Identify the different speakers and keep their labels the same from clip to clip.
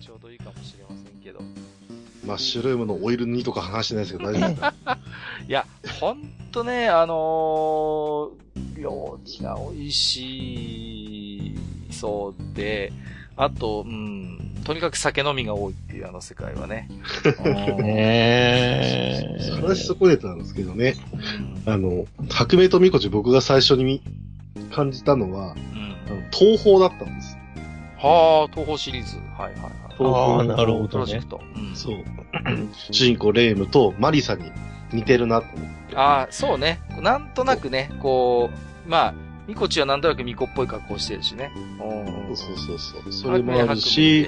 Speaker 1: ちょうどいいかもしれませんけど。
Speaker 2: マッシュルームのオイル煮とか話してないですけど、大丈夫ですか
Speaker 1: いや、ほんとね、あのー料理が美味しそうで、あと、うん、とにかく酒飲みが多いっていうあの世界は ね。
Speaker 3: ね
Speaker 2: 話そこでなんですけどね。
Speaker 1: うん
Speaker 2: あの、白明とみこち僕が最初に見感じたの
Speaker 1: う
Speaker 2: は、
Speaker 1: ん
Speaker 2: あの東宝だったんです。
Speaker 1: はあ、東宝シリーズ。はいはいはい。
Speaker 2: 東
Speaker 3: ああ、
Speaker 2: 宝
Speaker 3: なるほ
Speaker 1: プ
Speaker 3: ど
Speaker 1: ロジェ
Speaker 3: ね
Speaker 1: ク。ト。うん
Speaker 2: そう。主人公レイムとマリサに似てるなと思って。
Speaker 1: ああ、そうね。なんとなくね、こう、まあ、ミコチはなんとなくミコっぽい格好してるしね。うん。
Speaker 2: そうそうそう。それもあるし、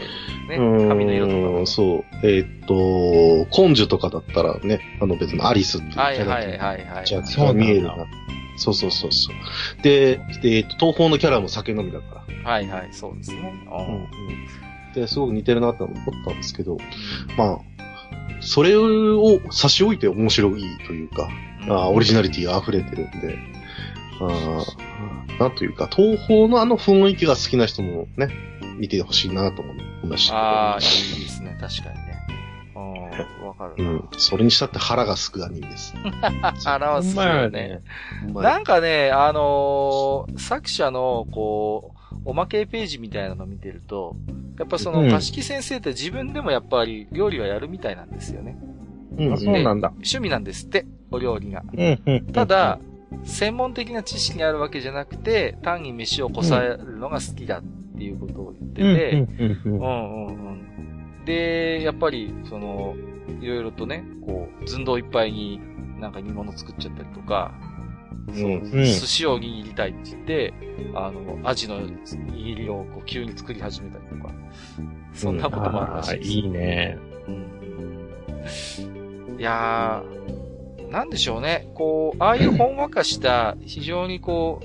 Speaker 1: 白米白米でね、髪の色とか
Speaker 2: うー
Speaker 1: も
Speaker 2: んそう。えーっと、コンジュとかだったらね、あの別のアリスっていうキ
Speaker 1: はい
Speaker 2: ャ
Speaker 1: は
Speaker 2: ラ
Speaker 1: い
Speaker 2: ク
Speaker 1: はいはい。
Speaker 2: ターが見えるな。そうそうそうそう。で、でえーっと、東方のキャラも酒飲みだから。
Speaker 1: はいはい、そうですね。
Speaker 2: うんう
Speaker 1: うん
Speaker 2: で、すごく似てるなって思ったんですけど、まあ、それを差し置いて面白いというか、
Speaker 1: ん
Speaker 2: あーオリジナリティが溢れてるんで、あーなんというか、東方のあの雰囲気が好きな人もね、見てほしいなと思いました
Speaker 1: ああ、いいですね、確かにね。うん、わか
Speaker 2: け
Speaker 1: る
Speaker 2: ど。う
Speaker 1: な。
Speaker 2: ん。それにしたって腹がすくアニ メです。
Speaker 1: 表すよね。。
Speaker 2: ま
Speaker 1: な
Speaker 2: あ、
Speaker 1: んかね、あのー作者の、こう、おまけページみたいなの見てると、やっぱその、
Speaker 3: うん
Speaker 1: 貸木先生って自分でもやっぱり料理はやるみたいなんですよね。
Speaker 2: うん
Speaker 3: あそうなんだ。
Speaker 1: 趣味なんですって、お料理が。
Speaker 3: うんうん。
Speaker 1: ただ、、専門的な知識があるわけじゃなくて、単に飯をこさえるのが好きだっていうことを言って
Speaker 3: うんうん
Speaker 1: て、
Speaker 3: う
Speaker 1: う
Speaker 3: んうん。
Speaker 1: んうんうん。で、やっぱり、その、いろいろとね、こう、寸胴いっぱいになんか煮物作っちゃったりとか、そう、
Speaker 2: うん
Speaker 3: う
Speaker 1: 寿
Speaker 3: ん
Speaker 1: 司を握りたいって言って、あの、アジの握りをこう急に作り始めたりとか、そんなこともあるら
Speaker 3: ああ、
Speaker 1: しいです。
Speaker 3: いいね。
Speaker 1: うんいやー、なんでしょうね。こう、ああいうほんわかした、 非常にこ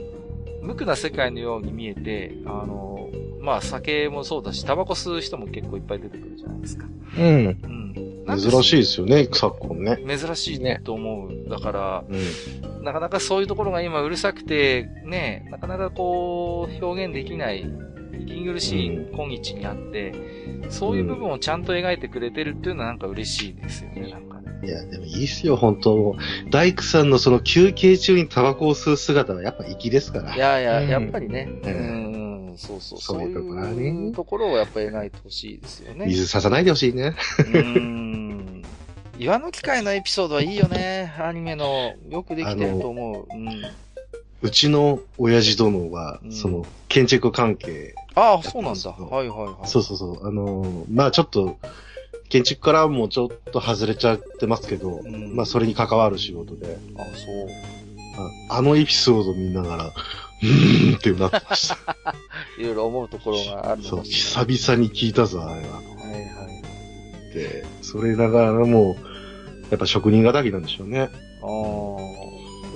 Speaker 1: う、無垢な世界のように見えて、あの、まあ酒もそうだし、タバコ吸う人も結構いっぱい出てくるじゃないですか。
Speaker 3: うん。
Speaker 1: うん。
Speaker 2: 珍しい
Speaker 1: い。
Speaker 2: ですよね、昨今ね。
Speaker 1: 珍しいと思う。だから、
Speaker 2: うん。
Speaker 1: なかなかそういうところが今うるさくて、ね、なかなかこう、表現できない、息苦しい今日にあって、そういう部分をちゃんと描いてくれてるっていうのはなんか嬉しいですよね、なんかね。
Speaker 2: いや、でもいいっすよ、本当大工さんのその休憩中にタバコを吸う姿はやっぱ粋ですから。
Speaker 1: いやいや、
Speaker 3: うん
Speaker 1: やっぱりね、う
Speaker 2: ええ
Speaker 1: ん、そうそう、
Speaker 2: そ
Speaker 1: そうう
Speaker 2: い
Speaker 1: いう
Speaker 2: ところはね
Speaker 1: うところをやっぱり描いてほしいですよね。
Speaker 2: 水ささないでほしいね。
Speaker 1: うん。岩の機械のエピソードはいいよね、アニメの。よくできてると思う。うん、
Speaker 2: うちの親父殿は、
Speaker 1: うん
Speaker 2: その、建築関係、
Speaker 1: ああ、そうなんだ。
Speaker 2: そう
Speaker 1: はいはいはい。
Speaker 2: そうそうそう、あのーまあちょっと、建築からもちょっと外れちゃってますけど、
Speaker 1: うん
Speaker 2: まあそれに関わる仕事で、
Speaker 1: あそう。
Speaker 2: ああのエピソード見ながら、うーんってなって ました。
Speaker 1: いろいろ思うところがあるのか
Speaker 2: そう、
Speaker 1: もし
Speaker 2: 久々に聞いたぞ、あれは。
Speaker 1: れない。はいはい。
Speaker 2: って、それながらも、やっぱ職人がだけなんでしょうね。
Speaker 1: ああ。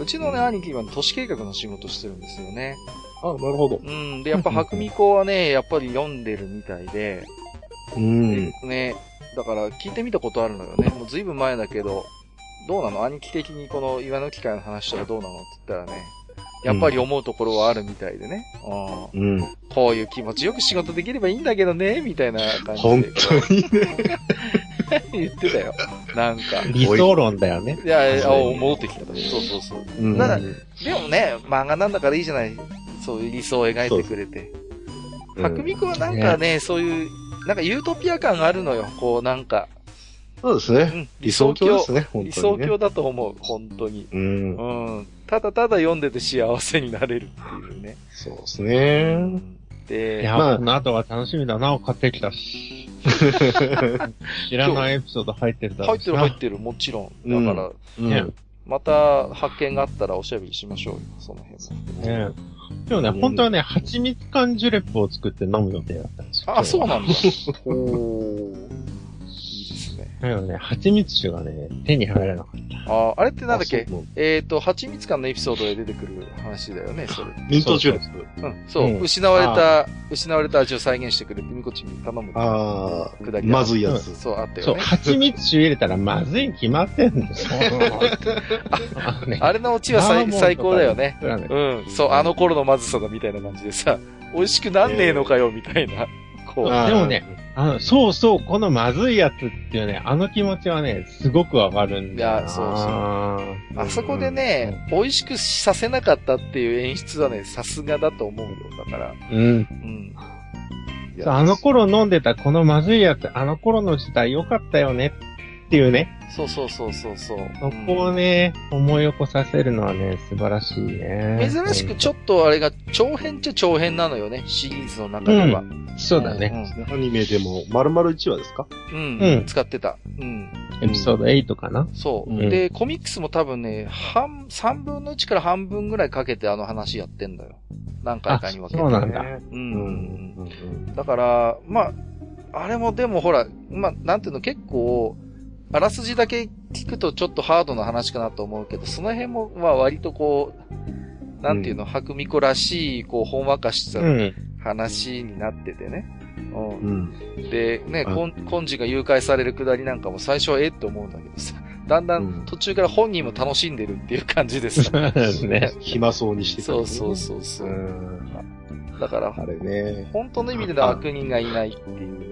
Speaker 1: うちのね、兄貴は都市計画の仕事してるんですよね。
Speaker 2: あ、なるほど。
Speaker 1: うん。で、やっぱ白未校はね、やっぱり読んでるみたいで、
Speaker 2: うん。
Speaker 1: ね、だから聞いてみたことあるのよね。もうずいぶん前だけど、どうなの兄貴的にこの岩の機会の話したらどうなのって言ったらね、やっぱり思うところはあるみたいでね。ああ
Speaker 2: うん。
Speaker 1: こういう気持ちよく仕事できればいいんだけどね、みたいな感じ
Speaker 2: 本
Speaker 1: で
Speaker 2: 当にね。
Speaker 1: 言ってたよ。なんか。
Speaker 3: 理想論だよね。
Speaker 1: いやいや、お戻ってきた。そうそうそう。
Speaker 2: う ん
Speaker 1: ただでもね、漫画なんだからいいじゃない。そういう理想を描いてくれて。
Speaker 2: うん
Speaker 1: 白ミクはなんかね、そういう、なんかユートピア感があるのよ。こうなんか。
Speaker 2: そうです
Speaker 1: う
Speaker 2: ね。
Speaker 1: ん
Speaker 2: 理想郷ですね、本
Speaker 1: 理
Speaker 2: 当
Speaker 1: 想
Speaker 2: に、ね。
Speaker 1: 郷だと思う。本当に。
Speaker 2: うん。
Speaker 1: うん。ただただ読んでて幸せになれるっていうね。
Speaker 2: そうですね。
Speaker 3: い
Speaker 1: で、
Speaker 3: や、
Speaker 2: まあ
Speaker 3: この後は楽しみだな、買ってきたし。知らないエピソード入ってるだ
Speaker 1: 入
Speaker 3: ろう
Speaker 1: って
Speaker 3: し
Speaker 1: る
Speaker 3: な。
Speaker 1: 入ってる、もちろん。だから、
Speaker 2: うん
Speaker 3: ね
Speaker 1: また発見があったらおしゃべりしましょうよ。その辺も。
Speaker 3: ねでもね、本当はね、蜂蜜缶ジュレップを作って飲む予定だったんですよ。
Speaker 1: あ、そうなんだ。 おー。いいですね。
Speaker 3: だけどね、蜂蜜酒がね、手に入らなかった。
Speaker 1: あー、あれってなんだっけ
Speaker 2: あそう
Speaker 1: えっ、と、蜂蜜館のエピソードで出てくる話だよね、それ。
Speaker 2: ミントジュレップ。
Speaker 1: うん、そう、
Speaker 3: うん
Speaker 1: 失われた、失われた味を再現してくれって、みこちに頼む。
Speaker 2: あ
Speaker 1: くだ
Speaker 2: あ、
Speaker 1: りだ
Speaker 2: まずいやつ。
Speaker 1: そう、あった
Speaker 3: そ
Speaker 1: よ
Speaker 3: う、
Speaker 1: ね。
Speaker 3: 蜂蜜酒入れたらまずいに決まってんですよ。あのね
Speaker 1: あれのオチは最
Speaker 3: 麻婆
Speaker 1: 最高だよね。
Speaker 3: それはね
Speaker 1: うん、そう、あの頃のまずさだみたいな感じでさ、美味しくなんねえのかよ、みたいなこう。
Speaker 2: あー
Speaker 3: でもね、あの、そうそう、このまずいやつっていうね、あの気持ちはね、すごくわかるんだよな。
Speaker 1: いやそうそう
Speaker 3: そ
Speaker 1: あそこでね、美味しくさせなかったっていう演出はね、さすがだと思うよ。だから、
Speaker 3: う。うん。
Speaker 1: うん。い
Speaker 3: そうあの頃飲んでたこのまずいやつ、あの頃の時代良かったよねっていうね、
Speaker 1: そうそうそうそうそう。
Speaker 3: そこをね、思い起こさせるのはね、素晴らしいね。
Speaker 1: 珍しくちょっとあれが長編っちゃ長編なのよね、シリーズの中では。うん。
Speaker 3: そうだね。
Speaker 2: アニメでも、丸々1話ですか
Speaker 1: うん。
Speaker 3: うん
Speaker 1: 使ってた。うん。
Speaker 3: エピソード8かな。
Speaker 1: そう、
Speaker 3: うん
Speaker 1: で、コミックスも多分ね、半、三分の一から半分ぐらいかけてあの話やってんだよ。何回かに分けて。
Speaker 3: あそうなんだ
Speaker 2: ね
Speaker 1: う。
Speaker 2: うんん。うん
Speaker 1: だから、まあ、あれもでもほら、まあ、なんていうの結構、あらすじだけ聞くとちょっとハードな話かなと思うけど、その辺も、まあ割とこう、なんていうの、ハクミコらしい、こう、ほんわかした
Speaker 3: うん。
Speaker 1: 話になっててね。う
Speaker 2: うん。
Speaker 1: ん、で、ね、
Speaker 2: あ
Speaker 1: コンコンジが誘拐されるくだりなんかも最初はえって思うんだけどさ、 だんだ
Speaker 2: うんん
Speaker 1: 途中から本人も楽しんでるっていう感じで さ。
Speaker 3: そうですね。
Speaker 2: 暇そうにしてた
Speaker 1: そ
Speaker 2: り
Speaker 1: う
Speaker 2: ね
Speaker 1: そうそうそうう。
Speaker 2: ん。
Speaker 1: だから、
Speaker 2: あれね。
Speaker 1: 本当の意味での悪人がいないっていう。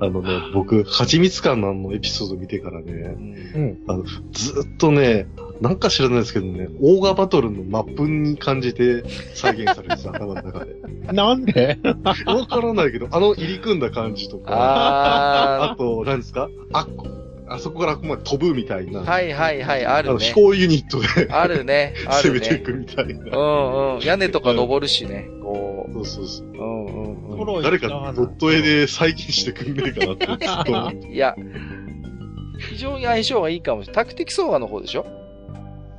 Speaker 2: あのね、僕、蜂蜜館のあのエピソード見てからね
Speaker 1: う、ん
Speaker 3: うん。
Speaker 2: ずーっとね、なんか知らないですけどね、オーガバトルのマップに感じて再現されてた、頭の中で。
Speaker 3: なんで
Speaker 2: わからないけど、あの入り組んだ感じとか、
Speaker 1: あ
Speaker 2: あと、何ですかあっこ、あそこからあここまで飛ぶみたいな。
Speaker 1: あ、はいはいはい、あ
Speaker 2: あの、
Speaker 1: る
Speaker 2: 飛
Speaker 1: ね。
Speaker 2: 行ユニットで
Speaker 1: あるね、あ
Speaker 2: 攻
Speaker 1: る
Speaker 2: めて
Speaker 1: ね。
Speaker 2: いくみたいうな。
Speaker 1: んうん。屋根とか登るしね、こ
Speaker 2: そうそうそう
Speaker 1: う。うんうんうん。
Speaker 2: 誰かドット絵で再現してくんねえかなって、ずっと思っ て。
Speaker 1: いや、非常に相性がいいかもしれない。タクティクソーガの方でしょ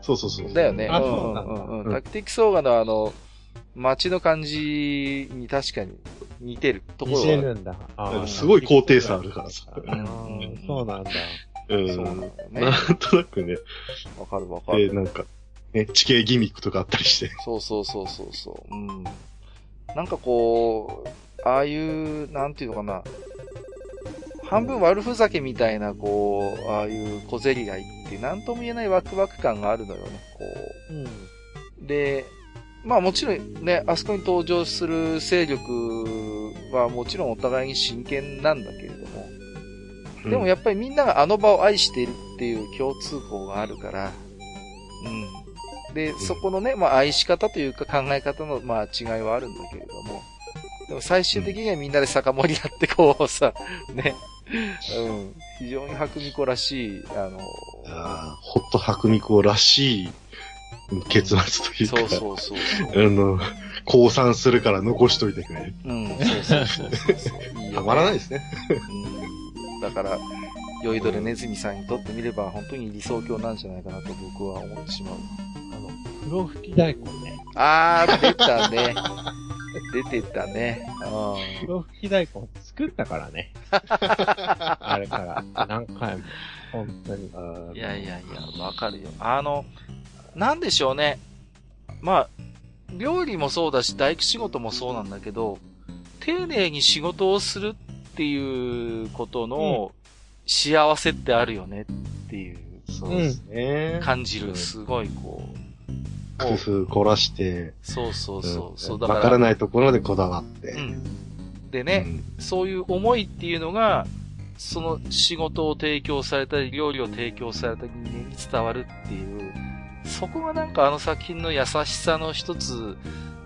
Speaker 2: そうそうそう。
Speaker 1: だよね。
Speaker 3: あ
Speaker 1: うん
Speaker 3: そうなんだ
Speaker 1: うんう。
Speaker 2: うんん
Speaker 1: タクティクソーガのあの、街の感じに確かに似てるところ
Speaker 3: 似
Speaker 1: は
Speaker 3: てるんだ。あー
Speaker 2: すごい高低差あるからさ
Speaker 3: うんそうなんだ。
Speaker 2: うん。
Speaker 1: そうなんだよね。
Speaker 2: なんとなくね、
Speaker 1: わかるわか
Speaker 2: で、
Speaker 1: る。
Speaker 2: なんか、ね、地形ギミックとかあったりして。
Speaker 1: そうそうそうそうそう。うん。なんかこう、ああいう、なんていうのかな。半分悪ふざけみたいな、こう、ああいう小競り合いって、なんとも言えないワクワク感があるのよね。こう、
Speaker 3: うん。
Speaker 1: で、まあもちろんね、あそこに登場する勢力はもちろんお互いに真剣なんだけれども、でもやっぱりみんながあの場を愛しているっていう共通項があるから、うん。で、そこのね、まあ愛し方というか考え方のまあ違いはあるんだけれども、でも最終的にはみんなで酒盛りだってこうさ、 ね、うん。非常に白み子らしい、あの、
Speaker 2: ああ、ホット白ミコらしい結末というか、
Speaker 1: そうそうそうそう。
Speaker 2: あの、降参するから残しといてくれ。
Speaker 1: うん、そうそうそうそうそう。いいよね
Speaker 2: たまらないですね。
Speaker 1: うんだから、酔いどれネズミさんにとってみれば、本当に理想郷なんじゃないかなと僕は思ってしまう。
Speaker 3: あの、黒吹き大根ね。
Speaker 1: あー、出た ね。出てたね。うん
Speaker 3: 黒吹き大根作ったから ね。あれから、何回も。本当に。
Speaker 1: いやいやいや、わかるよ。あの、なんでしょうね。まあ、料理もそうだし、大工仕事もそうなんだけど、丁寧に仕事をするっていうことの幸せってあるよねっていう、
Speaker 2: そうですね。
Speaker 1: 感じる。すごいこう。
Speaker 2: 工夫凝らして、
Speaker 1: そうそうそう。そうだ
Speaker 2: わ
Speaker 1: から。
Speaker 2: からないところまでこだわって。
Speaker 1: うん。で
Speaker 2: う
Speaker 1: ね、
Speaker 2: ん
Speaker 1: そういう思いっていうのが、その仕事を提供されたり、料理を提供された人間に伝わるっていう、そこがなんかあの作品の優しさの一つ、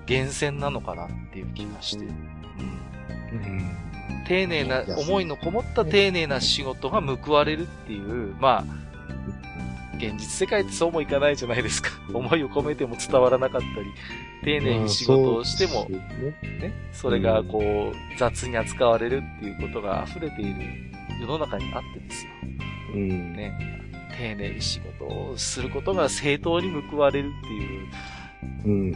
Speaker 1: 源泉なのかなっていう気がして。うん丁寧な、思いのこもった丁寧な仕事が報われるっていう、まあ、現実世界ってそうもいかないじゃないですか。思いを込めても伝わらなかったり、丁寧に仕事をしても、
Speaker 2: まあそうですね
Speaker 1: ね、それがこう、雑に扱われるっていうことが溢れている世の中にあってですよ。
Speaker 2: うん。
Speaker 1: ね、丁寧に仕事をすることが正当に報われるっていう、
Speaker 2: うん。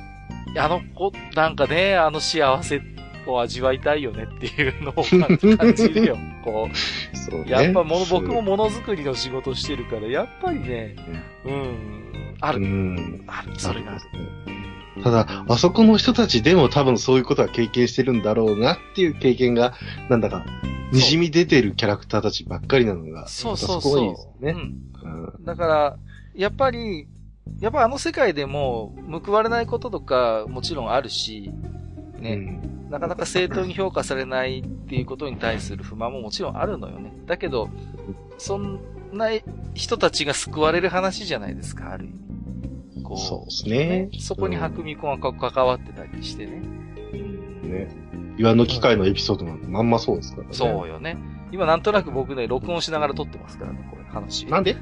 Speaker 1: あの子、なんかね、あの幸せを味わいたいよねっていうのを感じるよ。こう、
Speaker 2: そうね。
Speaker 1: やっぱもの、僕もものづくりの仕事してるから、やっぱりね、うん、あ
Speaker 2: う
Speaker 1: る、
Speaker 2: ん。
Speaker 1: ある、それがある。
Speaker 2: ただ、あそこの人たちでも多分そういうことは経験してるんだろうなっていう経験が、なんだか、滲み出てるキャラクターたちばっかりなのが、
Speaker 1: そうそう
Speaker 2: またこがいいで
Speaker 1: そう。う
Speaker 2: すね。
Speaker 1: んだから、やっぱり、やっぱあの世界でも報われないこととかもちろんあるし、ね、なかなか正当に評価されないっていうことに対する不満ももちろんあるのよね。だけど、そんな人たちが救われる話じゃないですか、ある意味。
Speaker 2: う
Speaker 1: こ
Speaker 2: ん、
Speaker 1: う、
Speaker 2: そうです
Speaker 1: ね
Speaker 2: ね。
Speaker 1: そこに白ミコが関わってたりしてね。
Speaker 2: ね。岩の機械のエピソードなんてまんまそうですからね。
Speaker 1: そうよね。今なんとなく僕ね、録音しながら撮ってますからね、これ話。
Speaker 2: なんで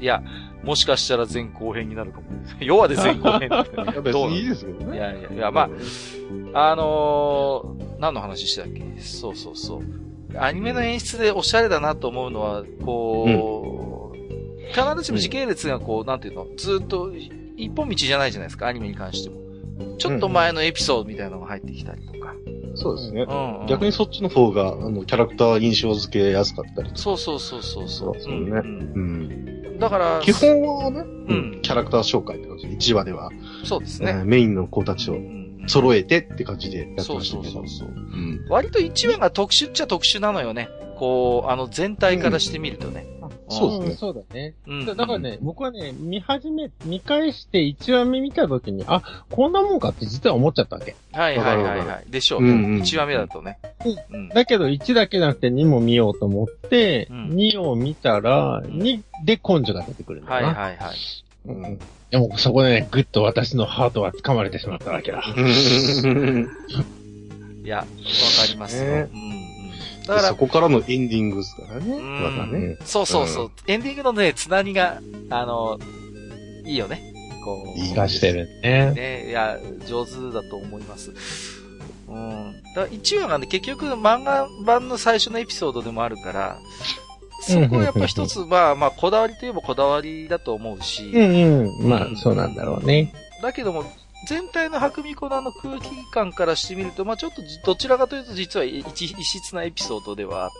Speaker 1: いや、もしかしたら前後編になるかも。 弱で前後編。
Speaker 2: やっぱりいいですけど
Speaker 1: い
Speaker 2: ね。
Speaker 1: やいやいや、まあ、あのー、何の話してたっけそうそうそう。アニメの演出でおしゃれだなと思うのは、こう、必ずしも時系列がこう、なんていうの、ずっと一本道じゃないじゃないですか、アニメに関しても。ちょっと前のエピソードみたいなのが入ってきたりとか。
Speaker 2: そうですね
Speaker 1: う。ん、うん。
Speaker 2: 逆にそっちの方が、あの、キャラクター印象付けやすかったりとか。
Speaker 1: そうそうそうそうそう。
Speaker 2: そうそうね
Speaker 1: ん
Speaker 2: うん。
Speaker 1: うんだから、
Speaker 2: 基本はね、
Speaker 1: ん
Speaker 2: キャラクター紹介って感じで、1話では、
Speaker 1: そうです
Speaker 2: えー
Speaker 1: ね。
Speaker 2: メインの子たち
Speaker 1: う
Speaker 2: を
Speaker 1: んうん
Speaker 2: 揃えてって感じでやってま
Speaker 1: そう
Speaker 2: した
Speaker 1: そう
Speaker 2: けど。
Speaker 1: そうそう。
Speaker 2: うん
Speaker 1: 割と1話が特殊っちゃ特殊なのよね。こう、あの、全体からしてみるとね。
Speaker 2: そうですね
Speaker 3: んそうだね。
Speaker 1: うん。
Speaker 3: だだからね、僕はね、見始め、見返して1話目見たときに、あ、こんなもんかって実は思っちゃったわけ。
Speaker 1: はいはいは
Speaker 2: わか
Speaker 1: い
Speaker 2: るわか
Speaker 1: はい。でしょう。
Speaker 2: うんうん
Speaker 1: 1話目だとね。うん。
Speaker 3: だけど1だけじゃなくて2も見ようと思って、
Speaker 1: うん
Speaker 3: 2を見たら、
Speaker 1: ん
Speaker 3: 2で根性が出てくるんだ
Speaker 1: はい
Speaker 3: な。
Speaker 1: はいはい。
Speaker 2: うん
Speaker 3: でもそこでね、ぐっと私のハートは掴まれてしまったわけだ。
Speaker 1: いや、わかりますよ。
Speaker 2: ね
Speaker 1: うんうん。だ
Speaker 2: で
Speaker 1: か
Speaker 2: そこからのエンディングですからね。
Speaker 1: ん
Speaker 2: またね。
Speaker 1: ら、そうそうそう。エンディングのね、つなぎが、あの、いいよね。こう。
Speaker 2: いい
Speaker 3: 出してるね。
Speaker 1: ね、いや、上手だと思います。うん。だ1話がね、結局漫画版の最初のエピソードでもあるから、そこはやっぱ一つ、まあまあ、こだわりといえばこだわりだと思うし、
Speaker 3: うんうん。まあ、そうなんだろうね。
Speaker 1: だけども、全体の白ミコのあの空気感からしてみると、まあちょっとじどちらかというと実は一異質なエピソードではあっ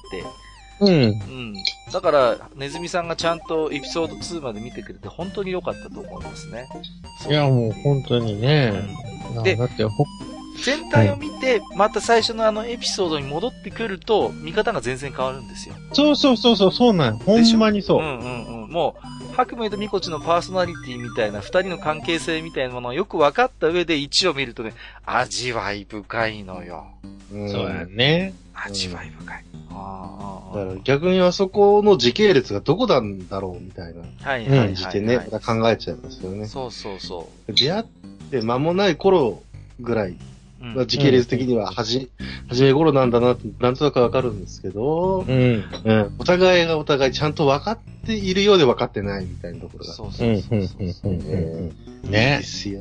Speaker 1: て、
Speaker 3: うん。
Speaker 1: うん。だから、ネズミさんがちゃんとエピソード2まで見てくれて本当に良かったと思いますね。
Speaker 3: いや、もう本当にね。な
Speaker 1: で
Speaker 3: だってほ、
Speaker 1: 全体を見て、また最初のあのエピソードに戻ってくると、見方が全然変わるんですよ。
Speaker 3: そうそうそうそう、そうなんよほ
Speaker 1: でしょ
Speaker 3: んまに
Speaker 1: う
Speaker 3: そ
Speaker 1: んう
Speaker 3: う。
Speaker 1: んうん。もう、白明とミコチのパーソナリティみたいな、二人の関係性みたいなものをよく分かった上で1を見るとね、味わい深いのよ。
Speaker 2: うん
Speaker 3: そうやね。
Speaker 1: 味わい深い。あ
Speaker 2: だ
Speaker 1: あああ
Speaker 2: から逆にあそこの時系列がどこなんだろうみたいな
Speaker 1: はいはいはい、は
Speaker 3: 感
Speaker 1: い。
Speaker 2: 感じでね、また考えちゃいますよね。
Speaker 1: そうそうそ
Speaker 2: 出会って間もない頃ぐらい、
Speaker 1: う。うん
Speaker 2: まあ時系列的にははじ、初め頃なんだなって、なんとなくわかるんですけど、
Speaker 3: うん。
Speaker 2: うんお互いがお互いちゃんと分かっているようで分かってないみたいなところが。
Speaker 1: そう
Speaker 3: う
Speaker 1: そ
Speaker 3: ん
Speaker 1: う、
Speaker 3: う
Speaker 1: そ
Speaker 3: ん
Speaker 1: うそうそう。
Speaker 2: う
Speaker 3: う、
Speaker 2: ん
Speaker 3: うん。
Speaker 2: ん
Speaker 3: うん
Speaker 2: いい
Speaker 3: ね
Speaker 2: ですよ。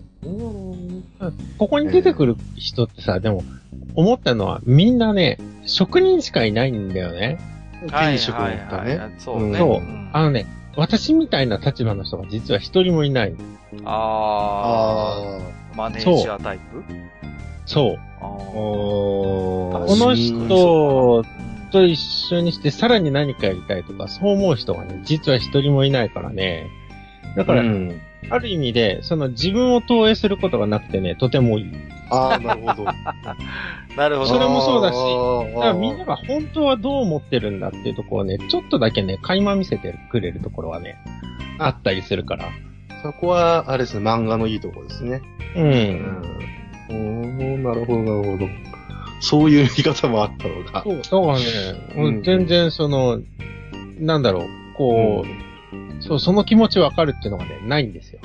Speaker 3: ここに出てくる人ってさ、でも、思ったのは、みんなね、職人しかいないんだよね。
Speaker 1: はい
Speaker 2: 天職だった
Speaker 1: はいは
Speaker 2: ね。
Speaker 1: いそうね。
Speaker 2: うん
Speaker 3: そう
Speaker 1: うん
Speaker 3: あのね、私みたいな立場の人が実は一人もいない。
Speaker 1: あ
Speaker 2: あ
Speaker 1: ー、マネージャータイプ
Speaker 3: そう。
Speaker 1: あー
Speaker 2: あ。こ
Speaker 3: この
Speaker 1: うん
Speaker 3: 人と一緒にして、さらに何かやりたいとか、そう思う人がね、実は一人もいないからね。だから、
Speaker 2: うん。
Speaker 3: ある意味で、その自分を投影することがなくてね、とてもいい。
Speaker 2: ああ、なるほど。
Speaker 1: なるほ
Speaker 3: それ
Speaker 1: ど。
Speaker 3: もそうだしだから
Speaker 2: し
Speaker 3: みんなが本当はどう思ってるんだっていうところをね、ちょっとだけね、垣間見せてくれるところはね、あったりするから。
Speaker 2: そこは、あれですね、漫画のいいところですね。
Speaker 3: う。。
Speaker 2: うんおーなるほど、なるほど。そういう見方もあったのか。
Speaker 3: そう、だからね、うん全然その、なんだろう、こう、そう、その気持ちわかるっていうのがね、ないんですよ。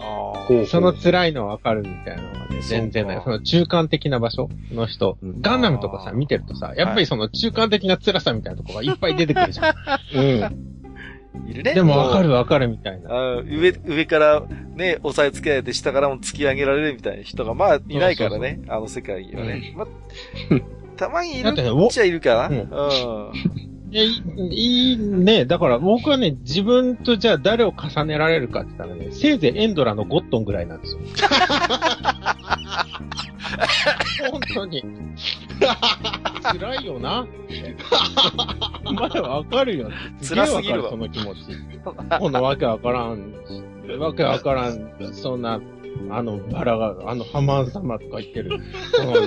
Speaker 1: あー
Speaker 2: ほう
Speaker 3: その辛いのわかるみたいなのがね、全然ない。
Speaker 1: そうか
Speaker 3: その中間的な場所の人
Speaker 2: う。ん
Speaker 3: ガンダムとかさ、
Speaker 1: あー
Speaker 3: 見てるとさ、やっぱりその中間的な辛さみたいなとこがいっぱい出てくるじゃん。
Speaker 2: うん。
Speaker 1: いるね。
Speaker 3: でもわかるわかるみたい
Speaker 1: あ
Speaker 3: な。
Speaker 1: ー。上、上からね、押さえつけられて、下からも突き上げられるみたいな人が、まあ、いないからね、あの世界にはね。まあたまにいる
Speaker 3: だってね
Speaker 1: っちゃいるかな。
Speaker 3: う
Speaker 1: うん。
Speaker 3: いやいいいいね。だから僕はね、自分とじゃあ誰を重ねられるかって言ったらね、せいぜいエンドラのゴットンぐらいな んですよ。本当 に。辛いよな。お前わかるよ。げえ
Speaker 1: 辛すぎるわ
Speaker 3: かその気 持ち。このわけわからん。わけわからん。そんな、あの、バラが、あの、ハマー様とか言ってる。そのね、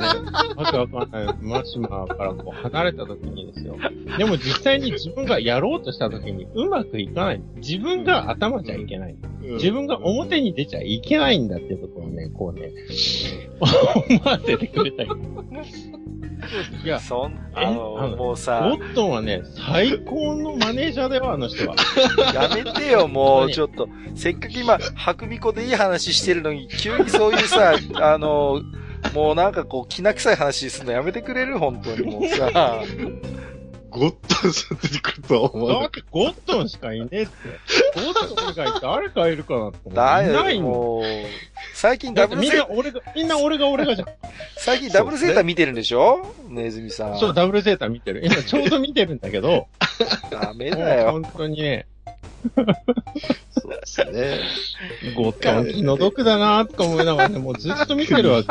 Speaker 3: わけわかんない、マシマからこう離れた時にですよ。でも実際に自分がやろうとした時にうまくいかない。自分が頭じゃいけない。自分が表に出ちゃいけないんだっていうところをね、こうね、思わせてくれたり。いや、
Speaker 1: そん、あ
Speaker 3: えあ
Speaker 1: の、
Speaker 3: の
Speaker 1: もう
Speaker 3: ゴ
Speaker 1: さ、
Speaker 3: ットンはね、最高のマネージャーだよ、あの人は。
Speaker 1: やめて よ、も
Speaker 3: 本当
Speaker 1: う、
Speaker 3: に
Speaker 1: ちょっと。せっかく今、白みこでいい話してるのに、急にそういう さ、あの、もうなんかこう、きな臭い話するのやめてくれる本当にもうさ。
Speaker 2: ゴッドさん出てくるとは思
Speaker 3: だ
Speaker 2: わ
Speaker 3: っ
Speaker 2: な
Speaker 3: てゴットンしかいねえって。ゴットン以外誰かいるかなって思う。
Speaker 1: だ
Speaker 3: い な
Speaker 1: よ、
Speaker 3: いもん。
Speaker 1: もう。最近ダ
Speaker 3: だって
Speaker 1: ブル
Speaker 3: みん
Speaker 1: セー
Speaker 3: な俺が、みんな俺が俺がじゃん。
Speaker 1: 最近ダブルセーター見てるんでしょネズミさん。
Speaker 3: そう、ダブルゼータ見てる。今ちょうど見てるんだけど、
Speaker 1: ダメ
Speaker 3: も
Speaker 1: だ
Speaker 3: う
Speaker 1: よ。
Speaker 3: 本当にね、
Speaker 2: い。そうですね。
Speaker 3: ゴットン気の毒だなとか思いながらね、もうずっと見てるわけ。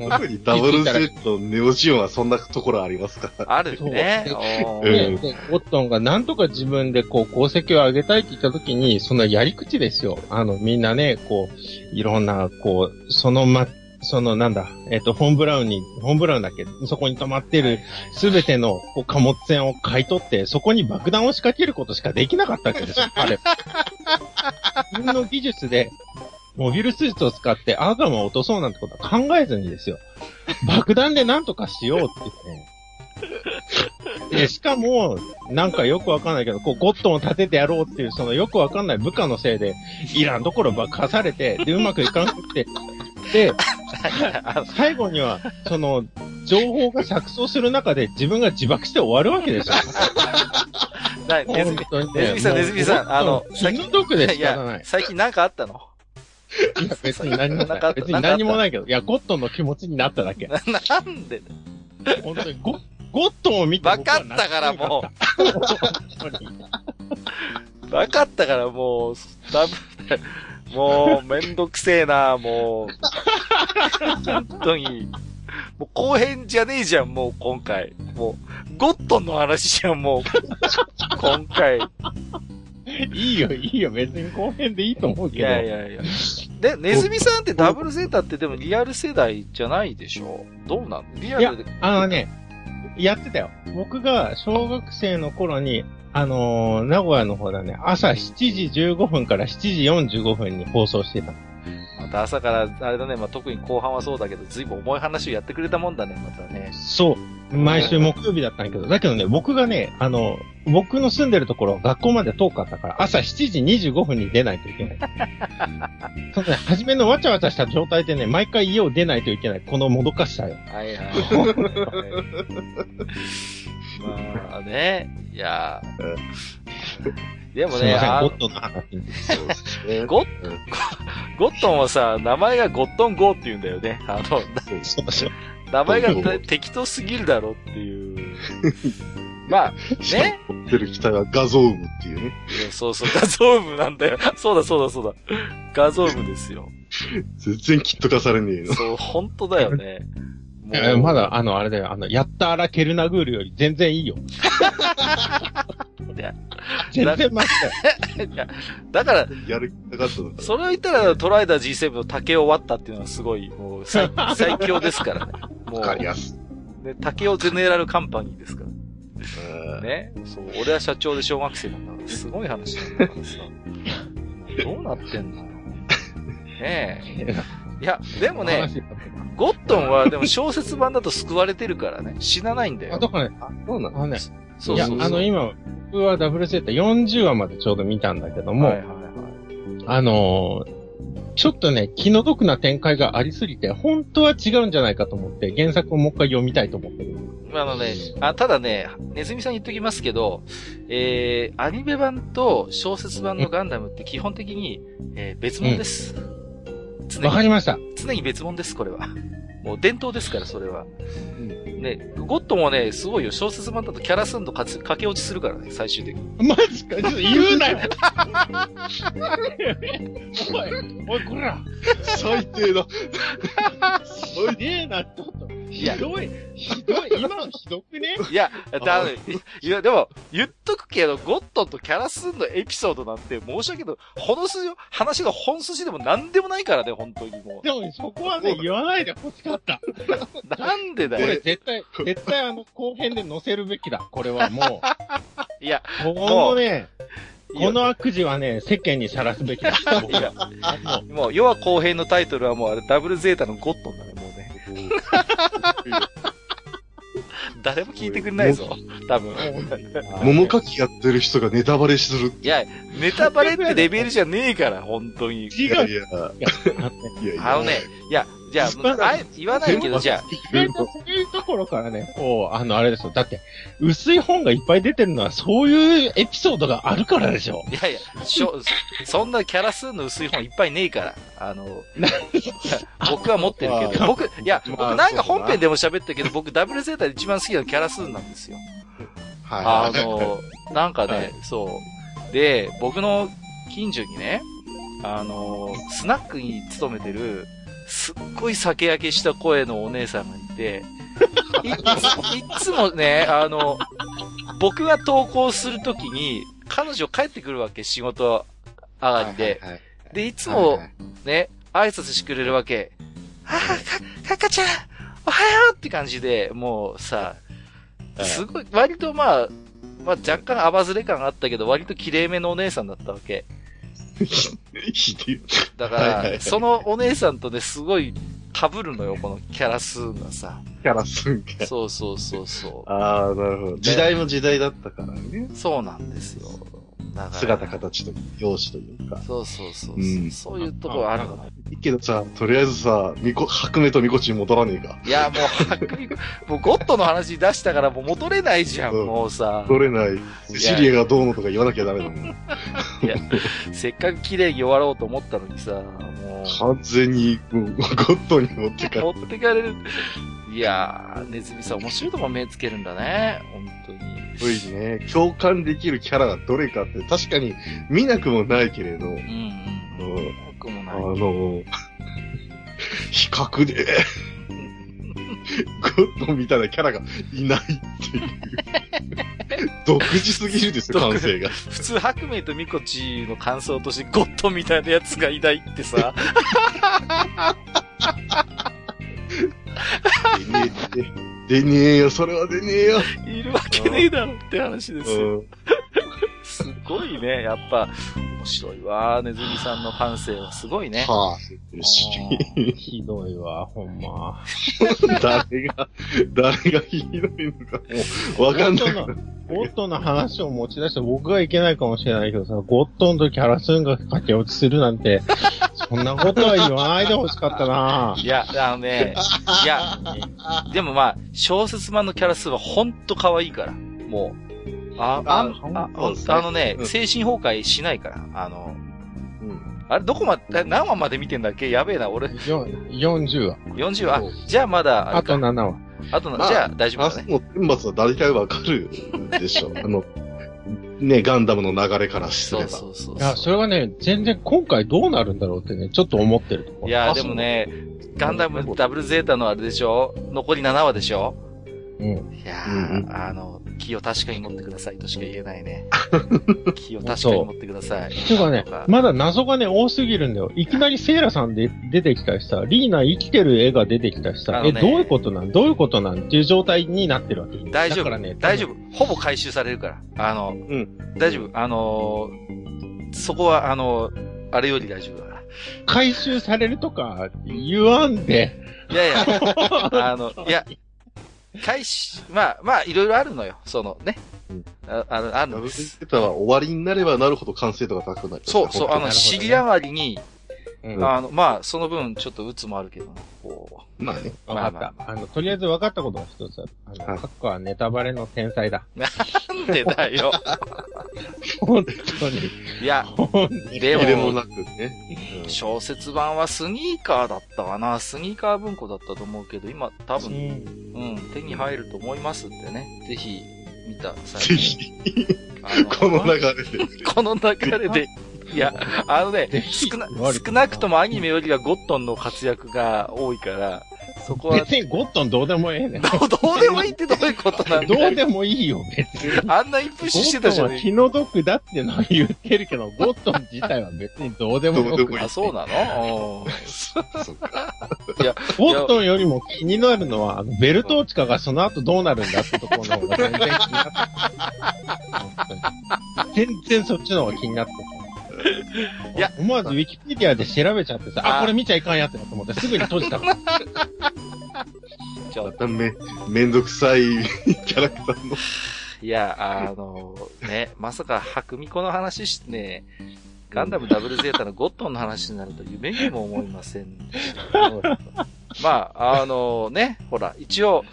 Speaker 3: もう
Speaker 2: 特にダブルセットのネオジオンはそんなところありますから。
Speaker 1: あるね。
Speaker 3: そう
Speaker 1: おー
Speaker 2: え
Speaker 3: ねで、ゴットンがなんとか自分でこう功績を上げたいって言った時に、そのやり口ですよ。あの、みんなね、こう、いろんな、こう、そのま、そのなんだ、えっ、と、フォンブラウンに、フォンブラウンだっけ、そこに止まってるすべてのこう貨物船を買い取って、そこに爆弾を仕掛けることしかできなかったわけですよ、あれ。自分の技術で、モビルスーツを使ってアーガムを落とそうなんてことは考えずにですよ。爆弾でなんとかしようって言ってね。で、しかも、なんかよくわかんないけど、こう、ゴットンを立ててやろうっていう、そのよくわかんない部下のせいで、いらんところ爆破されて、で、うまくいかなくて、で、最後には、その、情報が錯綜する中で自分が自爆して終わるわけですよ。
Speaker 1: ないネズミ
Speaker 3: 本当にね
Speaker 1: ネズミさん
Speaker 3: もう
Speaker 1: ネズミさん
Speaker 3: ゴットン
Speaker 1: あの
Speaker 3: 気の毒で
Speaker 1: い
Speaker 3: 仕方な
Speaker 1: や、
Speaker 3: い。
Speaker 1: 最近なんかあったの
Speaker 3: いや、別に何も
Speaker 1: なん
Speaker 3: な
Speaker 1: かあっ
Speaker 3: い。
Speaker 1: た
Speaker 3: 別に何もないけど、いや、ゴットンの気持ちになっただけ。
Speaker 1: なんで
Speaker 3: 本当にゴ、ゴットンを見て
Speaker 1: 分かったからも
Speaker 3: う。
Speaker 1: う、分かったからもう、ダブ、 もう、めんどくせえな、もう。本当に。もう後編じゃねえじゃん、もう今回。もう、ゴットンの話じゃん、もう。今回。
Speaker 3: いいよ、いいよ、別に後編でいいと思う
Speaker 1: い
Speaker 3: けど。
Speaker 1: やいやいや。で、ネズミさんってダブルゼータってでもリアル世代じゃないでしょどうなんリアルで。
Speaker 3: あのね、やってたよ。僕が小学生の頃に、あのー名古屋の方だね、朝7時15分から7時45分に放送してた。
Speaker 1: また朝から、あれだね、まあ、特に後半はそうだけど、ずいぶん重い話をやってくれたもんだね、またね。
Speaker 3: そう。毎週木曜日だったんだけど、だけどね、僕がね、あの、僕の住んでるところ、学校まで遠かったから、朝7時25分に出ないといけない。そうね、初めのわちゃわちゃした状態でね、毎回家を出ないといけない、このもどかしさよ。
Speaker 1: はいはいはい。 まあね、いやーでも
Speaker 3: すい
Speaker 1: ね、
Speaker 3: ません、
Speaker 1: あ
Speaker 3: ゴ
Speaker 1: の
Speaker 3: ッドの話に。
Speaker 2: そうですね。
Speaker 1: ゴッゴットンはさ、名前がゴットンゴーって言うんだよね。あの、
Speaker 2: そうです
Speaker 3: そうそう。
Speaker 1: 名前
Speaker 2: ゴットンゴ
Speaker 1: が
Speaker 2: ー
Speaker 1: 適当すぎるだろって いう。まあ、ね。
Speaker 2: 持ってる機体は画像ウムっていうね。
Speaker 1: いやそうそう、画像部なんだよ。そうだそうだそうだ。画像部ですよ。
Speaker 2: 全然キット化されねえ の。
Speaker 1: そう、本当だよね。も
Speaker 3: えーまだ、あの、あれだよ、あの、やったあらケルナグールより全然いいよ。
Speaker 1: いや
Speaker 3: 全然マシだよ。
Speaker 1: いやだから、
Speaker 2: やる気なかったのか。
Speaker 1: それを言ったら、トライダー G7 の竹を割ったっていうのはすごい、もう最、最強ですからね。も
Speaker 2: わかり
Speaker 1: う、
Speaker 2: やすい。
Speaker 1: ね、竹をゼネラルカンパニーですから
Speaker 2: うん
Speaker 1: ね。そう、俺は社長で小学生なんだから、すごい話なんだからさ。どうなってんのねえ。いや、でもね、
Speaker 3: 話だっ
Speaker 1: ゴットンは、でも小説版だと救われてるからね。死なないんだ
Speaker 3: たあ、
Speaker 1: よ。
Speaker 3: だからね、
Speaker 2: あ、そうな
Speaker 3: あのね、
Speaker 1: そう
Speaker 3: いや、
Speaker 1: そうそう。
Speaker 3: あの、今、僕はダブルセーター40話までちょうど見たんだけども、
Speaker 1: はいはいはい。
Speaker 3: あのーちょっとね、気の毒な展開がありすぎて、本当は違うんじゃないかと思って、原作をもう一回読みたいと思ってる。
Speaker 1: あのね、あ、ただね、ネズミさん言っときますけど、えー、アニメ版と小説版のガンダムって基本的に、えー別物です。常
Speaker 3: わか
Speaker 1: に、
Speaker 3: りました。
Speaker 1: 常に別物です、これは。もう伝統ですから、それは。
Speaker 2: ん
Speaker 1: ね、ゴットンはね、すごいよ。小説版だとキャラ寸度かつ駆け落ちするからね、最終的に。
Speaker 3: マジか、ちょっと言うなよおい、おい、こら
Speaker 2: 最低だ。
Speaker 3: おい、ねえな、ちょっと。ひ
Speaker 1: や
Speaker 3: どい、ひどい、今のひどくね
Speaker 1: いや、 だ、いや、でも、言っとくけど、ゴットンとキャラ寸度エピソードなんて申し訳ない。ほの筋、話の本筋でも何でもないからね、本当にも
Speaker 3: でもね、そこはね、言わないで欲しかった。こ
Speaker 1: う。なんでだよ
Speaker 3: れ。絶対、絶 対あの、後編で載せるべきだ。これはもう。
Speaker 1: いや、
Speaker 3: このね、この悪事はね、世間にさらすべきだ。僕はも
Speaker 1: もう、世は後編のタイトルはもうあれ、ダブルゼータのゴットンだね、もうね。誰も聞いてくれないぞ、多分。
Speaker 3: う
Speaker 2: 桃かきやってる人がネタバレする。
Speaker 1: いや、ネタバレってレベルじゃねえから、本当に。
Speaker 2: いやいや、いやいや。
Speaker 1: あのね、いや、じゃあ、あえ言わないけど、じゃあ、
Speaker 3: そういうとそういうところからね、こう、あの、あれですよ。だって、薄い本がいっぱい出てるのは、そういうエピソードがあるからでしょ。
Speaker 1: いやいや、しょ、そんなキャラ数の薄い本いっぱいねえから、あの、僕は持ってるけど、僕、いや、僕
Speaker 2: まあ
Speaker 1: なんか
Speaker 2: そうだな
Speaker 1: 本編でも喋ったけど、僕ダブルゼータで一番好きなのキャラ数なんですよ。あ
Speaker 2: はい。
Speaker 1: の、なんかね、
Speaker 3: はい
Speaker 1: そう。で、僕の近所にね、あの、スナックに勤めてる、すっごい酒焼けした声のお姉さんがいて、いいついつもね、あの、僕が投稿するときに、彼女帰ってくるわけ、仕事上がりで。
Speaker 2: はいはいはい、
Speaker 1: で、いつ
Speaker 2: はい
Speaker 1: も
Speaker 2: はい
Speaker 1: ね、挨拶してくれるわけ。ああ、か、かかちゃん、おはようって感じで、もうさ、
Speaker 3: はい
Speaker 1: すごい、割とまあ、まあ若干アバズレ感があったけど、割と綺麗めのお姉さんだったわけ。
Speaker 2: ひで
Speaker 1: だか
Speaker 2: はいはいは
Speaker 1: ら、
Speaker 2: い
Speaker 1: そのお姉さんとね、すごい被るのよ、このキャラ数が さ。
Speaker 2: えキャラすんか。
Speaker 1: そうそうそうそ
Speaker 2: ああ、なるほど。時代も時代だったからね。
Speaker 1: う。そうなんですよ。だから。
Speaker 2: 姿形というか、容姿というか。
Speaker 1: そうそうそうそう。
Speaker 2: うん
Speaker 1: そういうところあるのよ。
Speaker 2: いいけどさ、とりあえずさ、みこ、白目とみこちに戻らねえか。
Speaker 1: いや、もう、はっくりもうゴッドの話出したからもう戻れないじゃん、
Speaker 2: うん
Speaker 1: もうさ。
Speaker 2: 戻れない。セシリエがどうのとか言わなきゃダメだもん。
Speaker 1: せっかく綺麗に終わろうと思ったのにさ、も
Speaker 2: 完全に、もう、ゴッドに持ってかれ
Speaker 1: う、持ってかれる。いやー、ネズミさん面白いとこ目つけるんだね。本当に。
Speaker 2: すごいね。共感できるキャラがどれかって、確かに見なくもないけれど、
Speaker 1: うんうん。
Speaker 2: うん
Speaker 1: 僕も
Speaker 2: あ
Speaker 1: ない。
Speaker 2: の、比較で、ゴッドみたいなキャラがいないって いう。独自すぎるですよ、
Speaker 1: 独
Speaker 2: 感性が。
Speaker 1: 普通、白明とミコチの感想としてゴッドみたいなやつがいないって さ、
Speaker 2: 出ねえって。出ねえよ、それは出ねえよ。
Speaker 1: いるわけねえだろって話ですよ。
Speaker 2: うん
Speaker 1: すごいね、やっぱ、面白いわー、ネズミさんの感性はすごいね。
Speaker 2: はあ、し
Speaker 3: ひどいわ、ほんま。
Speaker 2: 誰が、誰がひどいのか、もう、わかんない。
Speaker 3: ゴッドのゴッドの話を持ち出して僕はいけないかもしれないけどさ、ゴッドンとキャラスンが駆け落ちするなん て、そんなことは言わないでほしかったない
Speaker 1: や、あのね、いや、でもまあ、小説版のキャラ数はほんと可愛いから、もう。あ、あ、あ
Speaker 2: そうですね
Speaker 1: あのね、
Speaker 2: うん
Speaker 1: 精神崩壊しないから、あの、
Speaker 2: うん
Speaker 1: あれ、どこまで、何話まで見てんだっけやべえな、俺、
Speaker 3: よ40話。
Speaker 1: 40話。あじゃあまだ、あ
Speaker 3: あ
Speaker 1: れか
Speaker 3: と7話。
Speaker 1: あとな、
Speaker 2: まあ
Speaker 1: じゃあ大丈
Speaker 2: 明
Speaker 1: 夫だ
Speaker 2: 日
Speaker 1: ね。
Speaker 2: の天罰は誰かわかる でしょ。あの、ね、ガンダムの流れからす
Speaker 1: そ
Speaker 2: れ
Speaker 1: う
Speaker 2: ば。
Speaker 1: そうそう
Speaker 3: いや、
Speaker 1: そ
Speaker 3: それがね、全然今回どうなるんだろうってね、ちょっと思ってるとこ
Speaker 1: う。
Speaker 3: ろ。
Speaker 1: いや、でもね、ガンダムダブルゼータのあれでしょ残り7話でしょ
Speaker 3: うん。
Speaker 1: いや
Speaker 2: うんう
Speaker 1: ー、あの、気を確かに持ってくださいとしか言えない ね。気を確かに持ってください。
Speaker 3: てかね
Speaker 1: とか、
Speaker 3: まだ謎がね、多すぎるんだよ。いきなりセイラさんで出てきたしさ、リーナ生きてる絵が出てきたし
Speaker 1: あ
Speaker 3: さ、
Speaker 1: の
Speaker 3: え、
Speaker 1: ね
Speaker 3: どういうことなんどういうことなんっていう状態になってるわけ。
Speaker 1: 大丈夫、
Speaker 3: だからね、
Speaker 1: 大丈夫。ほぼ回収されるから。あの、
Speaker 2: ん
Speaker 1: 大丈夫。あのーそこは、あのーあれより大丈夫だから。
Speaker 3: 回収されるとか言わんで。
Speaker 1: いやいや、 あの、いや、開始、まあ、まあ、いろいろあるのよ。そのね
Speaker 2: うん。
Speaker 1: ああの、ある
Speaker 2: ダ
Speaker 1: ん
Speaker 2: ブ
Speaker 1: で
Speaker 2: ル
Speaker 1: す。
Speaker 2: ゼータは終わりになればなるほど完成度が高くなる。
Speaker 1: そうそう、あの、
Speaker 2: 本
Speaker 3: なるほどね
Speaker 1: 知り上がりに、
Speaker 3: うん。わ
Speaker 1: あの、まあ、その分、ちょっと鬱もあるけど、こ
Speaker 2: 当にまあね。
Speaker 3: かった。あの、とりあえず分かったことが一つある。あの、
Speaker 2: はい
Speaker 3: カッコはネタバレの天才だ。
Speaker 1: う。なんでだよ。
Speaker 3: 本当に。
Speaker 1: いや、
Speaker 3: 本
Speaker 1: で
Speaker 2: 入れも
Speaker 1: も、
Speaker 2: なくね。
Speaker 1: 小説版はスニーカーだったかな。スニーカー文庫だったと思うけど、今、多
Speaker 3: 当
Speaker 1: 分、
Speaker 3: に。
Speaker 1: うん、手に入ると思いますんでね。ぜひ、見た際に。
Speaker 2: ぜひ、
Speaker 1: あの
Speaker 2: この流れで。
Speaker 1: この流れで、いや、あのね
Speaker 3: で、
Speaker 1: 少な
Speaker 3: 悪くない
Speaker 1: 少なくともアニメよりはゴットンの活躍が多いから、そこは、
Speaker 3: 別にゴットンどうでもええ ねん。
Speaker 1: どうどうでもいいってどういうことなん
Speaker 3: ど
Speaker 1: だ
Speaker 3: う
Speaker 1: よ。
Speaker 3: でもいいよ、別に。
Speaker 1: あんなにプッシュしてたじゃ
Speaker 3: ゴッ
Speaker 1: ね
Speaker 3: トン
Speaker 1: え
Speaker 3: は気の毒だってのは言ってるけど、ゴットン自体は別にどうでもよ
Speaker 2: どう
Speaker 3: く
Speaker 2: でもいい
Speaker 1: あ、そうなの
Speaker 2: そっか。
Speaker 3: ゴットンよりも気になるのは、あのベルトーチカがその後どうなるんだってところの方が全然気になってた全然そっちの方が気になってた。
Speaker 1: いや
Speaker 3: 思わずウィキペディアで調べちゃってさ、
Speaker 1: あ
Speaker 3: あ、これ見ちゃいかんやつだと思ってすぐに閉じたの。
Speaker 1: うんちょっと
Speaker 2: め、めんどくさいキャラクターの。
Speaker 1: いや、あの、ね、まさか、白ミコの話してね、ガンダムダブルゼータのゴットンの話になると夢にも思いませんでしたけど。まあ、あのね、ほら、一応、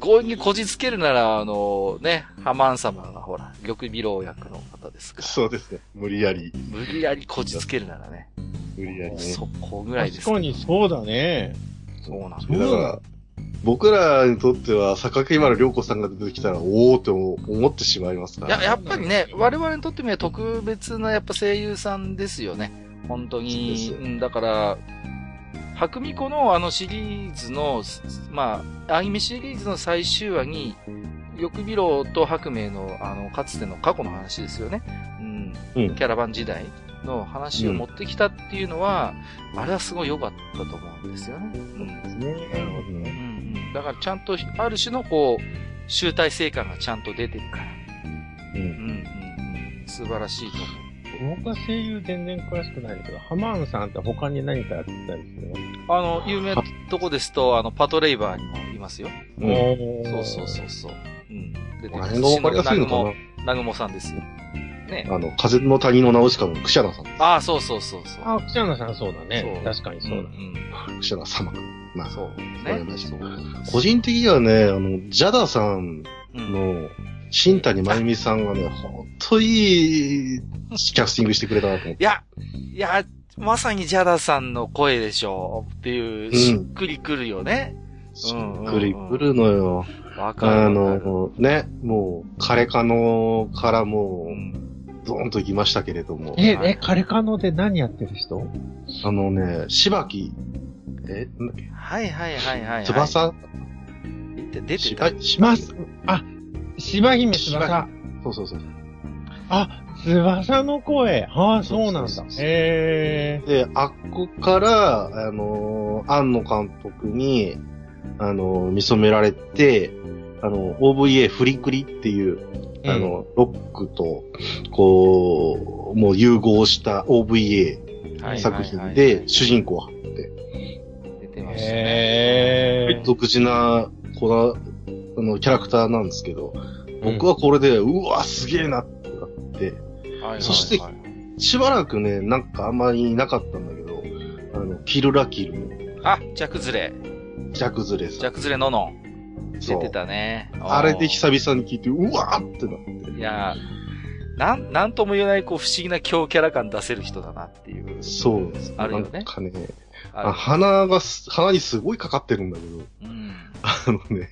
Speaker 1: 強引にこじつけるなら、あのね、ハマン様がほら、玉美郎役の方ですから、
Speaker 2: そうですね。無理やり。
Speaker 1: 無理やりこじつけるならね、
Speaker 2: 無理やりね。
Speaker 1: そこぐらいで
Speaker 3: 確
Speaker 1: すけど
Speaker 3: かにそうだね。
Speaker 1: そうなん
Speaker 2: だから、僕らにとっては、坂木原涼子さんが出てきたら、おおって思ってしまいますか
Speaker 1: い
Speaker 2: ら。
Speaker 1: や、やっぱりね、我々にとってみれば特別なやっぱ声優さんですよね。本当に
Speaker 2: そう。で
Speaker 1: うん、だから、白ミコのあのシリーズの、すまあ、アニメシリーズの最終話に、翼美郎と白明の、あの、かつての過去の話ですよね。うん。
Speaker 2: うん
Speaker 1: キャラバン時代の話を持ってきたっていうのは、あれはすごい良かったと思うんですよね。うん。
Speaker 2: ですね。なるほど
Speaker 1: うん
Speaker 2: ね。
Speaker 1: うん。だからちゃんと、ある種のこう、集大成感がちゃんと出てるから。う
Speaker 2: う。
Speaker 1: んんうんうん素晴らしいと思う。
Speaker 3: 僕は声優全然詳しくないけど、ハマーンさんって他に何かやってたりするの
Speaker 1: あの、有名なとこですと、あの、パトレイバーにもいますよ。
Speaker 2: うん
Speaker 3: おー
Speaker 1: そうそうそうそう。うん。出て
Speaker 2: あれがわかりやすいのか
Speaker 1: なナグモさんですよ。ね
Speaker 2: な。。あの、風の谷の直しかのクシャナさん。
Speaker 1: ああ、そうそうそうそう。
Speaker 3: あ、クシャナさんそうだね。
Speaker 1: そう
Speaker 3: 確かにそうだ。
Speaker 1: ん
Speaker 2: クシャナ様。ま
Speaker 1: うん。
Speaker 2: あ、
Speaker 1: そう。
Speaker 2: わか
Speaker 1: ね。
Speaker 2: りました個人的にはね、あの、ジャダさん
Speaker 1: うん。
Speaker 2: の、新谷真由美さんがね、ほんといいキャスティングしてくれたなと思って。
Speaker 1: いや、いや、まさにジャダさんの声でしょう。っていう、
Speaker 2: うん
Speaker 1: しっくりくるよね。
Speaker 2: しっくりくるのよ。
Speaker 1: わかる
Speaker 2: あ
Speaker 1: わかる
Speaker 2: の、ね、もう、枯れかのからも
Speaker 1: う
Speaker 2: う、
Speaker 1: ん
Speaker 2: ドーンと行きましたけれども、
Speaker 3: え、
Speaker 1: はい
Speaker 3: え、カレカノで何やってる人
Speaker 2: あのね、しばき、え、なんだっけ
Speaker 1: はいはいはいはいはい。
Speaker 2: 翼
Speaker 1: 言って出て。
Speaker 2: したば、しば
Speaker 3: ま
Speaker 2: き
Speaker 3: す。あ、芝姫翼。
Speaker 2: そうそうそう。
Speaker 3: あ、翼の声。ああ、そうなん
Speaker 2: そうそう。
Speaker 3: だ
Speaker 2: そう
Speaker 3: へえ。
Speaker 2: で、あっこから、あのー、庵野監督に、あのー、見染められて、あの、OVA フリクリっていう、あ
Speaker 3: うん、
Speaker 2: の、ロックと、こう、もう融合した OVA
Speaker 1: はい
Speaker 2: 作品
Speaker 1: はいはい
Speaker 2: で、主人公を張って、
Speaker 1: 出てましたね。
Speaker 3: へえ。
Speaker 2: 独自な、この、あの、キャラクターなんですけど、僕はこれで、うわ、すげえなってなって、
Speaker 1: はいはいはい
Speaker 2: そしてしばらくね、なんかあんまりいなかったんだけど、あの、キルラキルの
Speaker 1: あ、ジャクズレ。
Speaker 2: ジャクズレさん。
Speaker 1: ジャクズレノノン。
Speaker 2: そ
Speaker 1: 出
Speaker 2: う
Speaker 1: てたね。
Speaker 2: あれで久々に聞いて、うわーってなって。
Speaker 1: 々。いやー、なん、なんとも言えない、こう、不思議な強キャラ感出せる人だなっていう。
Speaker 2: そうなんです
Speaker 1: あるよね
Speaker 2: なんかね、あ
Speaker 1: あ
Speaker 2: 鼻がす、鼻にすごいかかってるんだけど、
Speaker 1: るうん。
Speaker 2: あのね、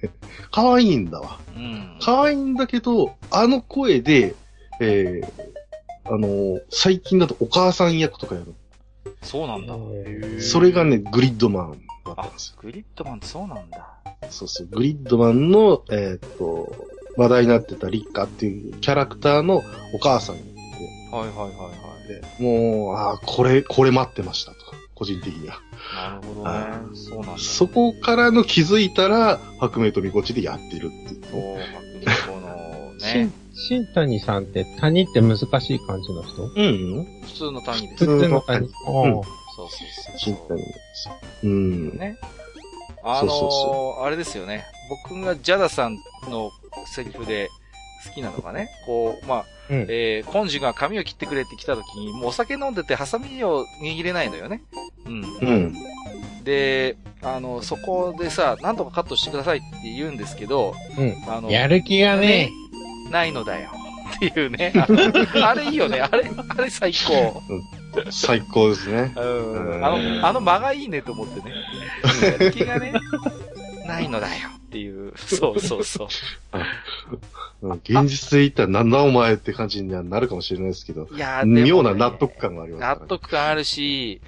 Speaker 2: 可愛いんだわ。
Speaker 1: うん。
Speaker 2: 可愛いんだけど、あの声で、えー、あの最近だとお母さん役とかやる。
Speaker 1: そうなんだ。
Speaker 3: へー
Speaker 2: それがね、グリッドマンだったん
Speaker 1: あ
Speaker 2: です、
Speaker 1: グリッドマンってそうなんだ。
Speaker 2: よ。そうそう、グリッドマンの、えーっと、話題になってたリッカっていうキャラクターのお母さん
Speaker 1: はいはいはいは
Speaker 2: で、もう、ああ、これ、これ待ってましたと、個人的には。
Speaker 1: い。なるほ
Speaker 2: あ
Speaker 1: どね。そうなんだ。
Speaker 2: そこからの気づいたら、白明とみこちでやってるっていう。
Speaker 1: そう、白猫 のね
Speaker 3: 新、、新谷さんって谷って難しい感じの人
Speaker 2: うん。
Speaker 1: 普通の谷です。
Speaker 3: 普
Speaker 1: そう
Speaker 3: 通の谷。
Speaker 2: うん
Speaker 3: あ
Speaker 1: そうそうそう
Speaker 2: 新谷うん。
Speaker 1: ね。あのー
Speaker 2: そうそう
Speaker 1: あれですよね。僕がジャダさんのセリフで好きなのがね、こう、まあ、
Speaker 3: ーうん。
Speaker 1: えー、根治が髪を切ってくれって来た時に、もうお酒飲んでてハサミを握れないのよね。うん。
Speaker 2: うん。
Speaker 1: で、あの、そこでさ、なんとかカットしてくださいって言うんですけど、
Speaker 3: うん
Speaker 1: あの、
Speaker 3: やる気がね、
Speaker 1: ないのだよ。っていうね。あのあれいいよね。あれ、あれ最高。
Speaker 2: 最高ですね。
Speaker 1: うん
Speaker 2: ん
Speaker 1: あの、あの間がいいねと思ってね。やる気がね、ないのだよっていう。そうそうそう。
Speaker 2: うん現実で言ったら、なんだお前って感じにはなるかもしれないですけど、
Speaker 1: いやーでもね
Speaker 2: 妙な納得感があります、
Speaker 1: 納。得感あるし、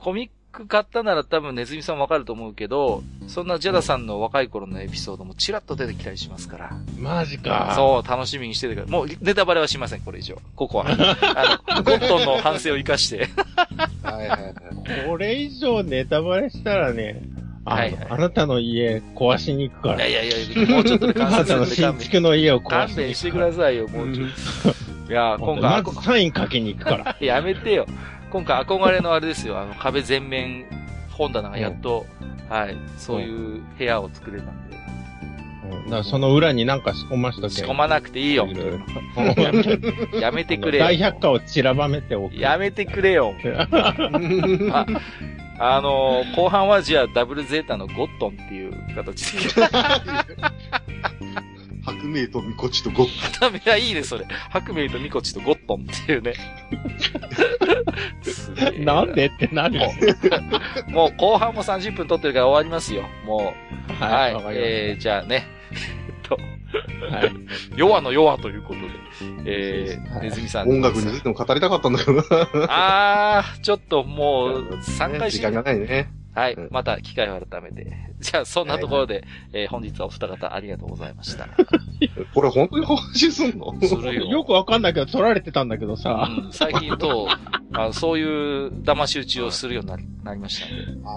Speaker 1: コミック買ったなら多分ネズミさんわかると思うけど、そんなジェダさんの若い頃のエピソードもチラッと出てきたりしますから。
Speaker 3: マジか。
Speaker 1: そう、楽しみにしててください。もう、ネタバレはしません、これ以上。ここは。あの、ゴットンの反省を生かして。
Speaker 2: はいはいはい。
Speaker 3: これ以上ネタバレしたらね、あの
Speaker 1: はいはい
Speaker 3: あなたの家壊しに行くか
Speaker 1: い
Speaker 3: ら
Speaker 1: や。いやいや、もうちょっとで
Speaker 3: あ
Speaker 1: 完
Speaker 3: なた
Speaker 1: 成
Speaker 3: の
Speaker 1: するん
Speaker 3: 新
Speaker 1: で
Speaker 3: 築の家を壊
Speaker 1: 勘弁、
Speaker 3: し
Speaker 1: 勘
Speaker 3: に
Speaker 1: 弁
Speaker 3: 行
Speaker 1: して
Speaker 3: く
Speaker 1: く
Speaker 3: から
Speaker 1: ださいよ、もうちょっと。いや、今回、
Speaker 3: まずサインかけに行くから。
Speaker 1: やめてよ。今回憧れのあれですよ。あの、壁全面、本棚がやっと、はい、そういう部屋を作れたんで。
Speaker 3: うんだからその裏になんか仕込ましとけ。
Speaker 1: 仕込まなくていいよ
Speaker 3: い。ろいろ
Speaker 1: やめてくれよ。
Speaker 3: 大百科を散らばめておく。
Speaker 1: やめてくれよ。あ、あのー後半はじゃあダブルゼータのゴットンっていう形で。
Speaker 2: 白明とみこちとごっ
Speaker 1: ダメだ、いいね、それ。白明とミコチとゴットンっていうね。すげえ
Speaker 3: なんでってなるよ。
Speaker 1: もう後半も30分撮ってるから終わりますよ。もう。はい。
Speaker 3: わかり
Speaker 1: えー、じゃあね。
Speaker 3: ましたはい。
Speaker 1: 弱の弱ということで。えー、
Speaker 3: はい
Speaker 1: ネズミさん。
Speaker 2: 音楽についても語りたかったんだけどな。
Speaker 1: あー、ちょっともう、3回
Speaker 2: 時
Speaker 1: し
Speaker 2: 間がないね。
Speaker 1: はい
Speaker 2: うん。
Speaker 1: また機会を改めて。 じゃあ、そんなところで、えー本日はお二方ありがとうございま した。
Speaker 2: これ本当に話すんの
Speaker 1: するよ。
Speaker 3: よくわかんないけど、取られてたんだけどさ。
Speaker 1: うん最近と、 あのそういう騙し討ちをするようになりなりました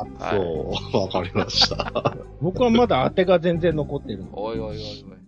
Speaker 1: んで。
Speaker 2: あそう。わかりました。
Speaker 3: 僕はまだ当てが全然残ってるの。
Speaker 1: おいおいおいおい。